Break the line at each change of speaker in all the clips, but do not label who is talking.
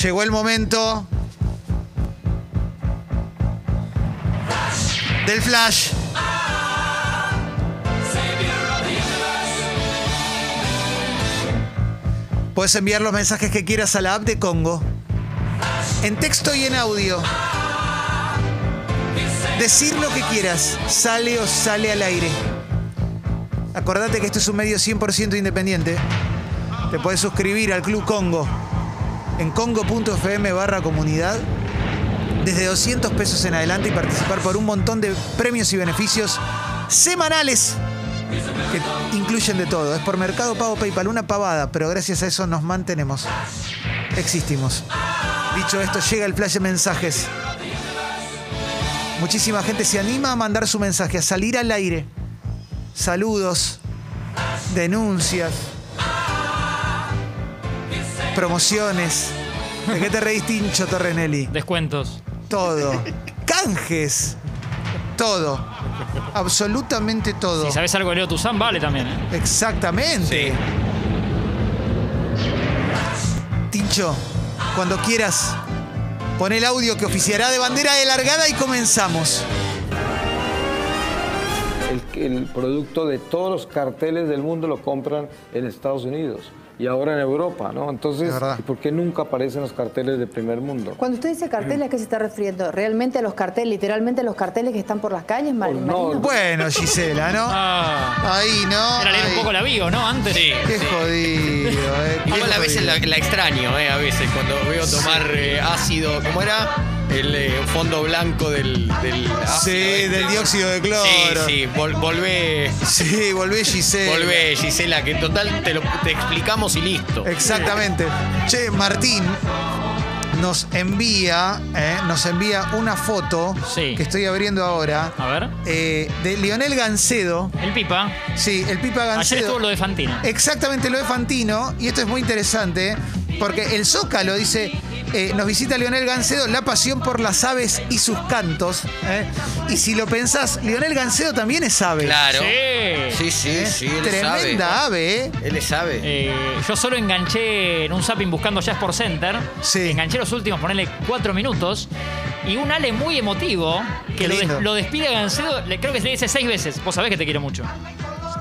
Llegó el momento del flash. Puedes enviar los mensajes que quieras a la app de Congo. En texto y en audio. Decir lo que quieras. Sale o sale al aire. Acordate que esto es un medio 100% independiente. Te puedes suscribir al Club Congo en congo.fm barra comunidad desde 200 pesos en adelante y participar por un montón de premios y beneficios semanales que incluyen de todo. Es por Mercado Pago PayPal, una pavada, pero gracias a eso nos mantenemos. Existimos. Dicho esto, llega el flash de mensajes. Muchísima gente se anima a mandar su mensaje, a salir al aire. Saludos, denuncias, promociones. ¿De qué te reís, Tincho Torrenelli?
Descuentos.
Todo. Canjes. Todo. Absolutamente todo.
Si sabes algo de Leo Tuzán, vale también. ¿eh?
Exactamente. Tincho, cuando quieras, pon el audio que oficiará de bandera de largada y comenzamos.
El, el producto de todos los carteles del mundo lo compran en Estados Unidos y ahora en Europa, ¿no? Entonces,
Es verdad.
¿por qué nunca aparecen los carteles de primer mundo?
Cuando usted dice carteles, ¿a qué se está refiriendo? ¿Realmente a los carteles, literalmente a los carteles que están por las calles, Mar-
Oh, no.
Marino?
Bueno, Gisela, ¿no?
Ah,
Ahí, ¿no?
era leer
Ay,
un poco la bio, ¿no? Antes.
Sí.
Qué jodido, eh.
Igual
Qué
a veces
jodido.
la, la extraño, eh, a veces, cuando veo tomar eh, ácido, ¿cómo era? El eh, fondo blanco del, del ácido. este.
Sí, del dióxido de cloro.
Sí, sí, vol- volvé,
Sí, volvé, Gisela.
volvé, Gisela, que en total te, lo, te explicamos y listo.
Exactamente. Che, Martín nos envía, eh, nos envía una foto
Sí.
que estoy abriendo ahora
A ver.
eh, de Lionel Gancedo.
El Pipa.
Sí, el Pipa
Ayer
Gancedo.
estuvo lo de Fantina.
Exactamente lo de Fantino, y esto es muy interesante, porque el Zócalo dice, eh, nos visita Lionel Gancedo, la pasión por las aves y sus cantos. ¿eh? Y si lo pensás, Lionel Gancedo también es ave.
Claro.
Sí.
Sí, sí,
¿eh?
sí, él
Tremenda
sabe.
ave, ¿eh?
Él le sabe.
Eh, yo solo enganché en un zapping buscando Jazz por Center.
Sí.
Enganché los últimos, ponerle cuatro minutos. Y un Ale muy emotivo
Qué
que lo, des-
lindo.
lo despide a Gancedo. le- Creo que se le dice seis veces. Vos sabés que te quiero mucho.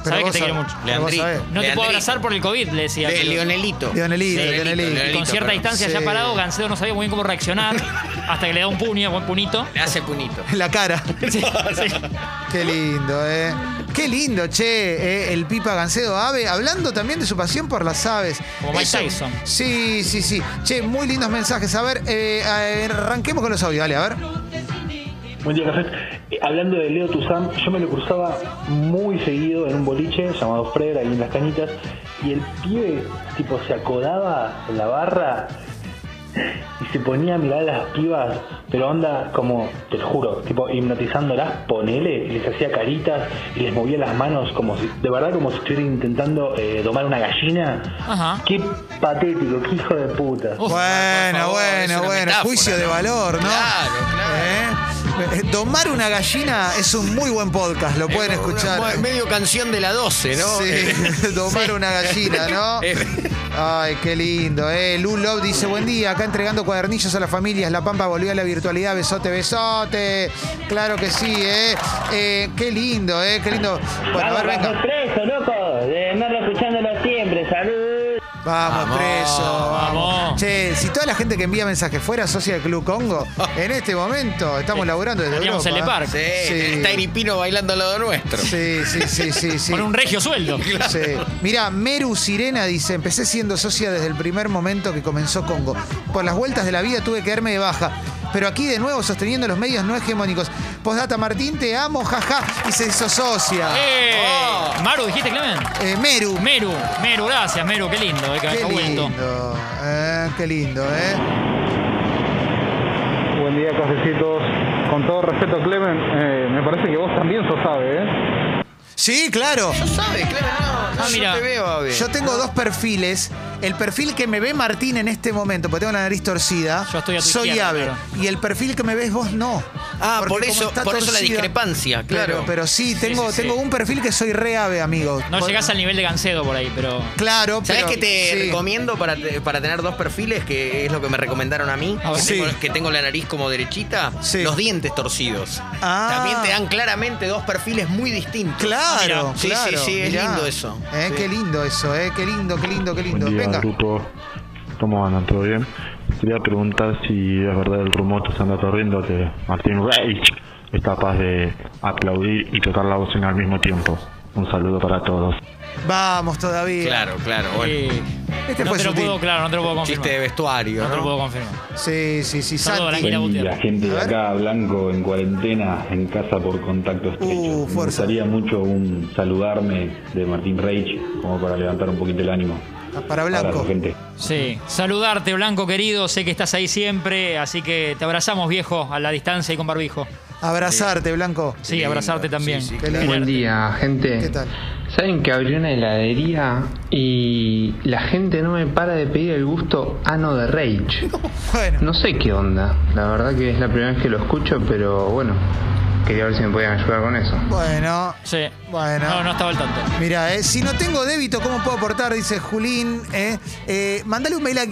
Pero
Sabés que
vos
te quiero
sab-
mucho.
pero vos
Leandrito.
sabés.
No te
Leandrito.
puedo abrazar por el COVID, le decía.
Le-
pero-
Leonelito.
Leonelito,
Leonelito,
Leonelito.
Y con
Leonelito,
cierta
perdón.
distancia
Sí.
ya parado, Gancedo no sabía muy bien cómo reaccionar. hasta que le da un puño, buen punito.
Le hace punito.
En la cara.
Sí, sí.
Qué lindo, ¿eh? Qué lindo, che, eh, el Pipa Gancedo Ave, hablando también de su pasión por las aves.
Como Mike
Eso-
Tyson.
Sí, sí, sí. Che, muy lindos mensajes. A ver, eh, eh, arranquemos con los audios, dale, a ver.
Buen día, Cafés. Eh, hablando de Leo Tuzán, yo me lo cruzaba muy seguido en un boliche llamado Fred, ahí en las cañitas, y el pibe, tipo, se acodaba en la barra y se ponía a mirar a las pibas, pero onda como, te lo juro, tipo, hipnotizándolas, ponele, y les hacía caritas y les movía las manos como si, de verdad, como si estuviera intentando eh, domar una gallina.
Ajá.
Qué patético, qué hijo de puta.
bueno,
Uf,
por favor, es
bueno,
una
bueno.
metáfora,
Juicio de
¿no?
valor, ¿no?
Claro,
claro. Domar una gallina es un muy buen podcast, lo pueden
Eh, una-
escuchar.
una- medio canción de la 12, ¿no? Eh,
Sí, domar una gallina, ¿no?
Eh.
Ay, qué lindo, eh. Lu Love dice, buen día, acá entregando cuadernillos a las familias. La Pampa volvió a la virtualidad, besote, besote. Claro que sí, eh. Eh, qué lindo, eh, qué lindo. Bueno, a ver, venga.
preso, loco! De andarlo escuchándolo siempre, salud.
Vamos,
Vamos,
preso, vamos.
vamos.
Che, si toda la gente que envía mensajes fuera socia del Club Congo, en este momento estamos laburando desde
Haríamos
Europa.
el de
¿eh?
Park.
sí,
Sí.
Está Iripino bailando al lado nuestro.
Sí, sí, sí, sí, sí.
Con un regio sueldo.
Sí. Mira, Meru Sirena dice, empecé siendo socia desde el primer momento que comenzó Congo. Por las vueltas de la vida tuve que darme de baja. Pero aquí de nuevo sosteniendo los medios no hegemónicos. Postdata Martín, te amo, jaja. Y se hizo socia.
Eh,
Ah.
Maru, dijiste, Clemen.
Eh, Meru.
Meru, Meru, gracias, Meru, qué lindo, eh, que
Qué
ha vuelto.
lindo. eh, qué lindo, ¿eh?
Buen día, cafecitos. Con todo respeto, Clemen, eh, me parece que vos también sos ave, ¿eh?
Sí, claro.
Yo sabes, claro, no,
Ah,
yo
mira.
te veo, Abe.
Yo tengo dos perfiles El perfil que me ve Martín en este momento, porque tengo la nariz torcida,
Yo estoy a tu
soy
izquierda,
ave.
claro.
Y el perfil que me ves vos no.
Ah,
Porque
por
como
eso,
está
por eso la
torcida-
discrepancia, claro.
Pero, pero sí, tengo,
sí, sí.
tengo un perfil que soy re ave, amigo.
No
Por-
llegás al nivel de Gancedo por ahí, pero.
Claro,
¿Sabes
pero-
qué te
sí.
recomiendo para, te- para tener dos perfiles? Que es lo que me recomendaron a mí.
A ver.
que, tengo,
Sí.
que tengo la nariz como derechita.
Sí.
Los dientes torcidos.
Ah.
También te dan claramente dos perfiles muy distintos.
Claro,
Ah,
Mira, sí,
claro,
sí, sí, es
mirá.
lindo eso.
Eh,
Sí.
Qué lindo eso, eh, qué lindo, qué lindo, qué lindo.
Buen día,
Venga.
grupo. ¿Cómo andan? ¿Todo bien? Quería preguntar si es verdad el rumor que se anda corriendo que Martín Reich es capaz de aplaudir y tocar la bocina al mismo tiempo. Un saludo para todos.
Vamos todavía.
Claro, claro. Bueno,
eh,
Este
no
fue
te lo
sutil.
puedo, claro, no te lo puedo confirmar.
chiste de vestuario,
no, te lo puedo
¿no?
confirmar.
Sí, sí, sí.
Saludo a la
Santi.
Guira
Buen día,
Gutiérrez.
gente de
A ver.
acá, Blanco, en cuarentena, en casa por contacto estrecho.
Uh,
Me
fuerza.
gustaría mucho un saludarme de Martín Reich, como para levantar un poquito el ánimo.
Ah, Para
Abrazo,
Blanco.
gente.
Sí. Saludarte, Blanco querido. Sé que estás ahí siempre, así que te abrazamos, viejo, a la distancia y con barbijo.
Abrazarte, Blanco.
Sí,
lindo.
abrazarte
Sí,
también.
sí,
Qué lindo.
Buen día, gente.
¿Qué tal?
Saben que abrí una heladería y la gente no me para de pedir el gusto ano de Rage.
Bueno,
No sé qué onda. La verdad que es la primera vez que lo escucho, pero bueno, quería ver si me podían ayudar con eso.
bueno.
Sí.
Bueno.
No, no estaba al tanto.
Mira, eh, si no tengo débito, ¿cómo puedo aportar? Dice Julín. Eh, Eh, mandale un mail a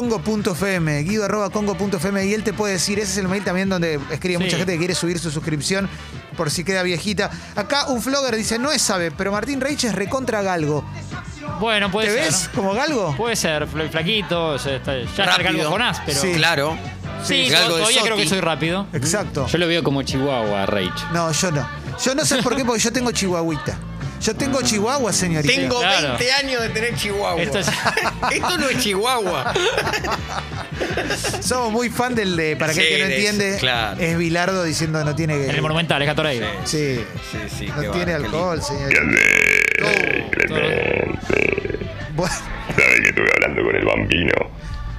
guido.congo.fm. Guido.congo.fm y él te puede decir. Ese es el mail también donde escribe
Sí.
mucha gente que quiere subir su suscripción por si queda viejita. Acá un flogger dice: No es sabe, pero Martín Reich es recontra galgo.
Bueno,
¿Te
puede ser.
ves
¿no?
como galgo?
Puede ser, fl- flaquito, o sea, está- ya está el
Rápido.
galgo Jonás, pero.
Sí.
Claro.
Sí, yo
Galgo de
todavía creo
Sotti.
que soy rápido.
Exacto.
Yo lo veo como Chihuahua, Rage.
No, yo no. Yo no sé por qué, porque yo tengo chihuahuita. Yo tengo chihuahua, señorita.
Tengo
claro.
20 años de tener Chihuahua.
Esto
Esto,
es-
no es Chihuahua.
Somos muy fan del de, para aquel
Sí,
que no
de-
entiende,
claro.
es Bilardo diciendo no tiene que...
En el Monumental, es Gatorade.
Sí,
Sí, sí, qué
no
va,
tiene
qué
alcohol,
lindo.
señor.
Todo-
Bueno,
Sabes que estuve hablando con el bambino.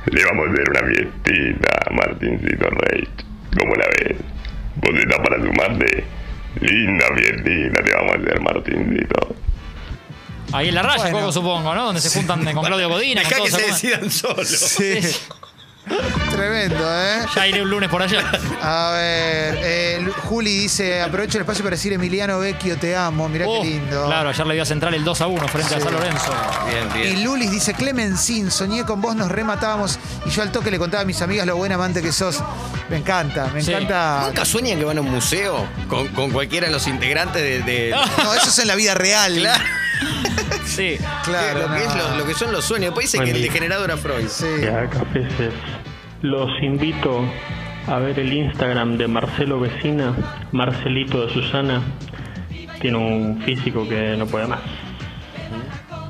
Le vamos a hacer una fiestita a Martincito Reich. ¿Cómo la ves? ¿Vos estás para sumarte? Linda fiestita te vamos a hacer, Martincito.
Ahí en la raya,
Bueno.
Coco, supongo, ¿no? Donde se juntan con Claudio Godina, con
Dejá
todos.
que se
¿se acuerdan?
decidan solos.
sí. Tremendo, ¿eh?
Ya iré un lunes por allá.
A ver, eh, Lu- Juli dice, aprovecho el espacio para decir Emiliano Vecchio, te amo, mirá
Oh,
qué lindo.
Claro, ayer le dio a Central el 2 a 1 frente a
Sí.
San Lorenzo.
Bien,
Y
bien.
Lulis dice, Clemencín, soñé con vos, nos rematábamos y yo al toque le contaba a mis amigas lo buen amante que sos. Me encanta, me
Sí.
encanta.
¿Nunca sueñan que van a un museo con, con cualquiera de los integrantes de, de-
No, eso es en la vida real.
Claro.
Sí.
Claro,
lo, que es
no.
lo, lo que son los sueños? Después dice que el degenerado era Freud.
Sí.
Acá peces. Los invito a ver el Instagram de Marcelo Vecina, Marcelito de Susana. Tiene un físico que no puede más.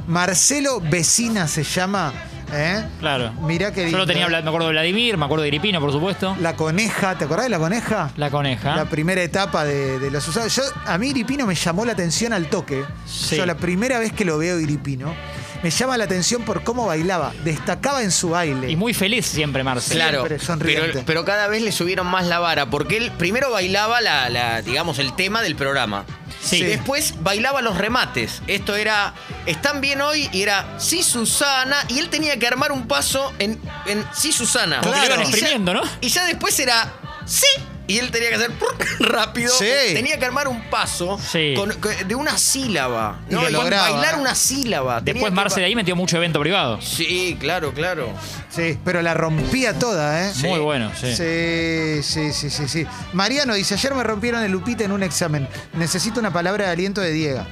Marcelo Vecina se llama. ¿eh?
Claro.
Mirá qué
Yo lo
lindo.
tenía, me acuerdo de Vladimir, me acuerdo de Gripino, por supuesto.
La coneja, ¿te acordás de la coneja?
La coneja.
La primera etapa de, de los usados. Yo, a mí Iripino me llamó la atención al toque.
Sí.
Yo la primera vez que lo veo Iripino, me llama la atención por cómo bailaba. Destacaba en su baile.
y muy feliz siempre, Marcel.
Claro,
Siempre sonriente.
pero, pero cada vez le subieron más la vara, porque él primero bailaba la, la, digamos, el tema del programa.
Sí.
Y Después bailaba los remates. Esto era, están bien hoy, y era, sí, Susana, y él tenía que armar un paso en, en sí, Susana.
Como que lo iban
Y ya-
exprimiendo, ¿no?
Y ya después era, sí, y él tenía que hacer prr, rápido.
Sí.
Tenía que armar un paso
Sí.
con- con- de una sílaba.
Y lo
con
lograba.
Bailar una sílaba. Tenía
Después
que
Marce
ba-
de ahí metió mucho evento privado.
Sí, claro, claro.
Sí, pero la rompía toda, ¿eh?
Muy bueno, sí.
Sí, sí, sí, sí, sí. Mariano dice, ayer me rompieron el Lupita en un examen. Necesito una palabra de aliento de Diego.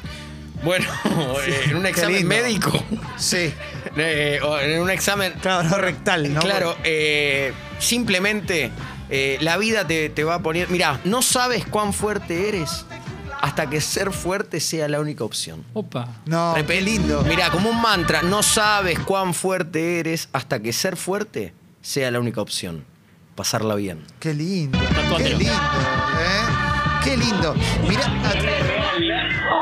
Bueno, eh, en un
Qué
examen
lindo.
médico.
Sí,
Eh, o en un examen.
claro, no rectal, ¿no?
Claro, eh, simplemente eh, la vida te, te va a poner. Mirá, no sabes cuán fuerte eres hasta que ser fuerte sea la única opción.
Opa.
No, qué lindo.
Mirá, como un mantra, no sabes cuán fuerte eres hasta que ser fuerte sea la única opción. Pasarla bien.
Qué lindo. Qué
Tatuatelo.
lindo, ¿eh? Qué lindo. Mira,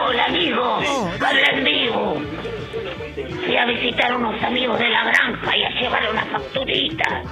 Hola amigos, habla en vivo. Fui a visitar a unos amigos de la granja y a llevar una facturita.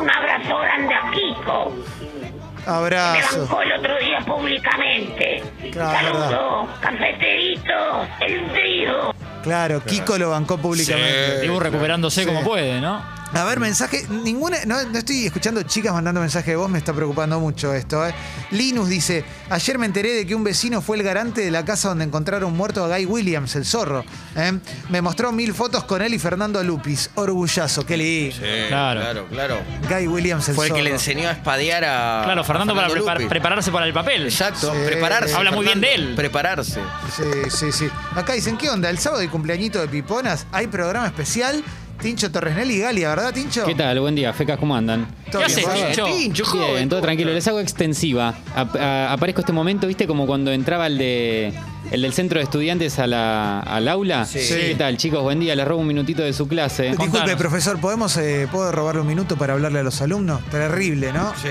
Un abrazo grande a Kiko. Me
Oh, abrazo.
bancó el otro día públicamente.
Claro, es verdad.
Saludos, cafeteritos, el frío.
Claro, Kiko lo bancó públicamente.
Dibu recuperándose
Sí.
como puede, ¿no?
A ver, mensaje. Ninguna. No, no estoy escuchando chicas mandando mensaje de voz, me está preocupando mucho esto. eh. Linus dice: Ayer me enteré de que un vecino fue el garante de la casa donde encontraron muerto a Guy Williams, el zorro. eh. Me mostró mil fotos con él y Fernando Lupis. Orgullazo, qué lindo.
Claro.
claro, claro.
Guy Williams, el
Fue el
zorro.
que le enseñó a espadear a.
Claro,
a
Fernando, para prepar-
Lupi.
prepararse para el papel.
Exacto,
Sí.
prepararse.
Habla muy bien de
Fernando,
él.
Prepararse.
Sí, sí, sí. Acá dicen: ¿Qué onda? El sábado del cumpleañito de Piponas hay programa especial. Tincho Torresnel y Galia, ¿verdad, Tincho?
¿Qué tal? Buen día, fecas, ¿cómo andan?
Todo bien,
¿Qué haces,
¿verdad?
Tincho?
Tincho,
Bien,
joven.
todo tranquilo, les hago extensiva. Ap- a- aparezco este momento, ¿viste? Como cuando entraba el de el del centro de estudiantes a la, al aula.
Sí.
¿Qué tal, chicos? Buen día, les robo un minutito de su clase.
Disculpe, profesor, ¿podemos, eh, ¿puedo robarle un minuto para hablarle a los alumnos? Terrible, ¿no?
Sí.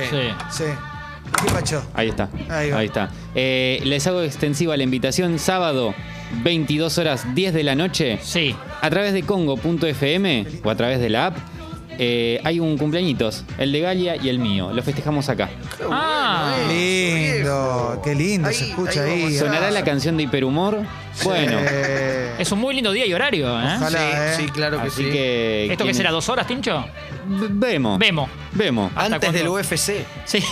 Sí. ¿Qué pacho?
Ahí está.
Ahí
Ahí,
va.
está. Eh, les hago extensiva la invitación sábado, 22 horas 10 de la noche.
Sí.
A través de congo.fm o a través de la app. eh, hay un cumpleañitos, el de Galia y el mío. Lo festejamos acá.
Ah,
Lindo, qué lindo, se
Ahí-
escucha
ahí
ahí.
vamos a-
¿Sonará la canción de Hiperhumor? Bueno,
Eh,
es un muy lindo día y horario, ¿eh?
Ojalá. eh.
sí, sí, claro que
así
sí.
Eh,
que.
¿Esto qué
quienes-
será? ¿Dos horas, Tincho?
V- Vemos.
Vemos.
Vemos.
¿Hasta
Antes del
cuándo?
UFC.
Sí.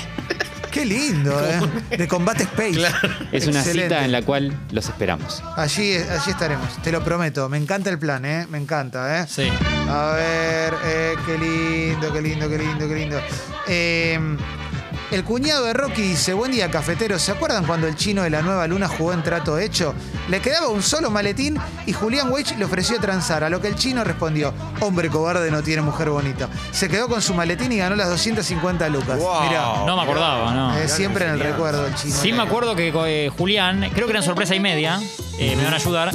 qué lindo, ¿eh? De combate space.
Es una
Excelente.
cita en la cual los esperamos.
Allí, allí estaremos, te lo prometo. Me encanta el plan, ¿eh? Me encanta, ¿eh?
Sí.
A ver, eh, qué lindo, qué lindo, qué lindo, qué lindo. Eh, el cuñado de Rocky dice, buen día cafeteros, ¿se acuerdan cuando el chino de la nueva luna jugó en trato hecho? Le quedaba un solo maletín y Julián Weich le ofreció transar, a lo que el chino respondió, hombre cobarde no tiene mujer bonita. Se quedó con su maletín y ganó las 250 lucas.
Wow. Ah,
Mirá,
No me acordaba, no.
eh, siempre en el recuerdo el chino.
Sí, me acuerdo que eh, Julián, creo que era en sorpresa y media, eh, me van a ayudar.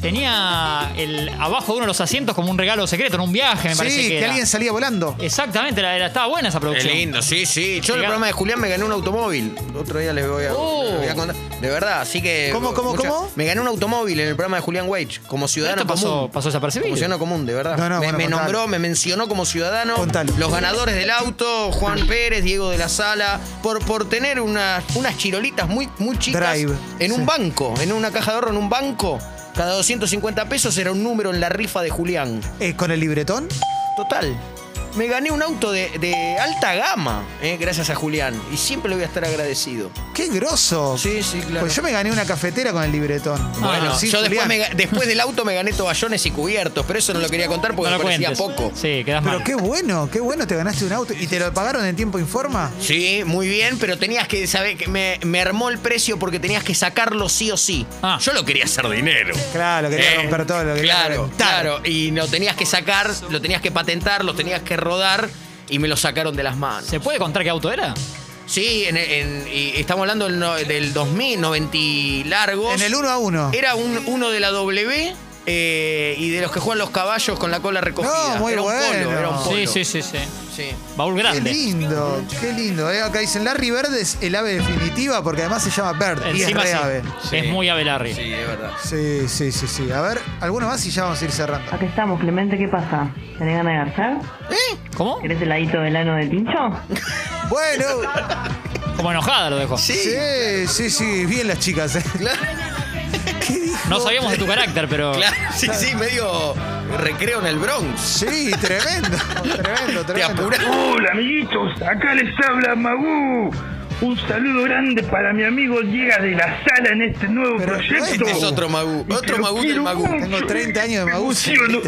Tenía el, abajo de uno de los asientos como un regalo secreto en un viaje, me
Sí,
parece que.
que
era.
alguien salía volando.
Exactamente, la, la- estaba buena esa
Qué
producción.
lindo, sí, sí. Yo en
Llega-
el programa de Julián me gané un automóvil. Otro día les voy a,
Oh.
les voy a contar. De verdad, así que.
Uh. ¿Cómo, cómo, cómo?
Me gané un automóvil en el programa de Julián Wage, como ciudadano
Esto pasó,
común.
pasó desapercibido.
Como ciudadano común, de verdad.
No, no,
me
bueno,
me
contalo.
nombró, me mencionó como ciudadano.
Contalo.
Los ganadores del auto, Juan Pérez, Diego de la Sala, por, por tener unas, unas chirolitas muy, muy chicas
Drive,
en
sí.
un banco, en una caja de ahorro, en un banco. Cada 250 pesos era un número en la rifa de Julián.
Eh, ¿Con el libretón?
Total. Me gané un auto de, de alta gama, eh, gracias a Julián. Y siempre le voy a estar agradecido.
¡Qué grosso!
Sí, sí, claro.
Pues yo me gané una cafetera con el libretón.
Ah,
bueno,
Sí,
yo después,
Julián.
me ga- después del auto me gané toballones y cubiertos, pero eso no lo quería contar porque
No
me
lo
parecía
cuentes.
poco.
Sí, quedás
Pero
mal.
qué bueno, qué bueno te ganaste un auto. ¿Y te lo pagaron en tiempo y forma?
Sí, muy bien, pero tenías que saber que me, me armó el precio porque tenías que sacarlo sí o sí.
Ah.
Yo lo quería hacer dinero.
Claro, quería
Eh,
romper todo, lo quería
Claro,
reventar.
claro. Y lo tenías que sacar, lo tenías que patentar, lo tenías que rodar y me lo sacaron de las manos.
¿Se puede contar qué auto era?
Sí, en, en- y estamos hablando del, no- del 2000, 90 y largos.
En el uno a uno.
Era un, uno de la W eh, y de los que juegan los caballos con la cola recogida.
No, muy
era un
bueno.
polo, era un polo.
Sí, sí, sí, sí.
Sí.
Baúl
Qué
grande.
lindo, qué lindo. eh. Acá dicen Larry Verde es el ave definitiva porque además se llama Bird y es
Encima
re
sí.
ave.
Es
Sí.
muy Abelarri.
Sí, es verdad.
Sí, sí, sí, sí. A ver, alguno más y ya vamos a ir cerrando.
Aquí estamos, Clemente, ¿qué pasa? ¿Tenés ganas de agarrar?
¿Cómo?
¿Querés el ladito del ano del pincho?
Bueno,
Como enojada lo dejó.
sí, sí, sí, bien las chicas. eh. ¿Qué dijo?
No sabíamos de tu carácter, pero.
Claro, sí, sí, medio recreo en el Bronx.
Sí, tremendo, tremendo,
Te
tremendo.
apurás.
Hola amiguitos, acá les habla Magú. Un saludo grande para mi amigo Diego de la Sala en este nuevo
Pero
proyecto.
Este es otro Magú.
Y que
Otro
lo
Magú del
quiero
Magú.
mucho.
Tengo 30 años de
Me
Magú.
emociono,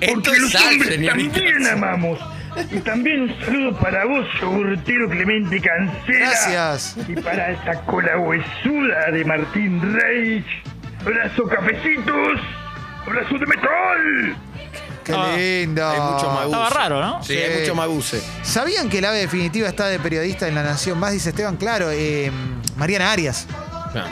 Esto
Porque
es
los
sal,
hombres
señorita.
también amamos. Y también un saludo para vos, yogurtero Clemente Cancela.
Gracias.
Y para esa cola huesuda de Martín Reich. Abrazo, cafecitos. Abrazo de metal.
Qué
Ah,
lindo.
Hay mucho Magú.
Estaba raro, ¿no?
Sí,
Sí.
hay mucho Maguse.
¿Sabían que el ave definitiva está de periodista en La Nación Más? Dice Esteban, claro, eh, Mariana Arias.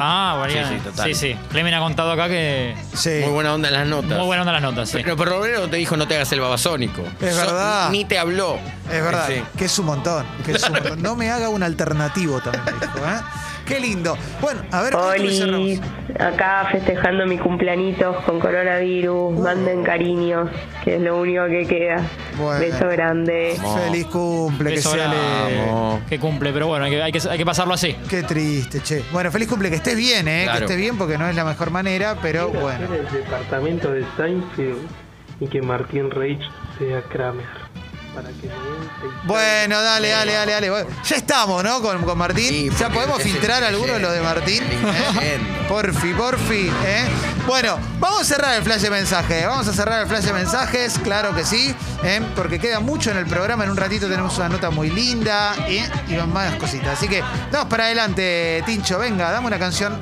Ah, Mariana.
Sí, sí, total.
sí, Clemen ha contado acá que.
Sí.
Muy buena onda en las notas.
Muy buena onda las notas, sí.
Pero por lo menos te dijo no te hagas el babasónico.
Es verdad.
Ni te habló.
Es verdad,
Sí.
que es un montón. que es un montón. No me haga un alternativo también, me dijo, ¿eh? Qué lindo. Bueno, a ver, ¿con qué cerramos?
Oli, acá festejando mi cumpleañitos con coronavirus,
Oh.
manden cariños, que es lo único que queda.
Bueno.
Beso grande.
Feliz cumple, que
Beso
sea
grande. Que cumple, pero bueno, hay que, hay que- hay que pasarlo así.
Qué triste, che. Bueno, feliz cumple, que estés bien, ¿eh?
Claro.
Que estés bien porque no es la mejor manera, pero bueno.
en el departamento de Seinfeld y que Martín Reich sea Kramer. Para que
Bueno, dale, dale, dale, dale. Bueno, ya estamos, ¿no? Con, con Martín. ya podemos filtrar alguno de los de Martín. ¿eh? Porfi, porfi, ¿eh? Bueno, vamos a cerrar el flash de mensajes. Vamos a cerrar el flash de mensajes, claro que sí, ¿eh? porque queda mucho en el programa. En un ratito tenemos una nota muy linda ¿eh? y van más cositas. Así que vamos para adelante, Tincho. Venga, dame una canción.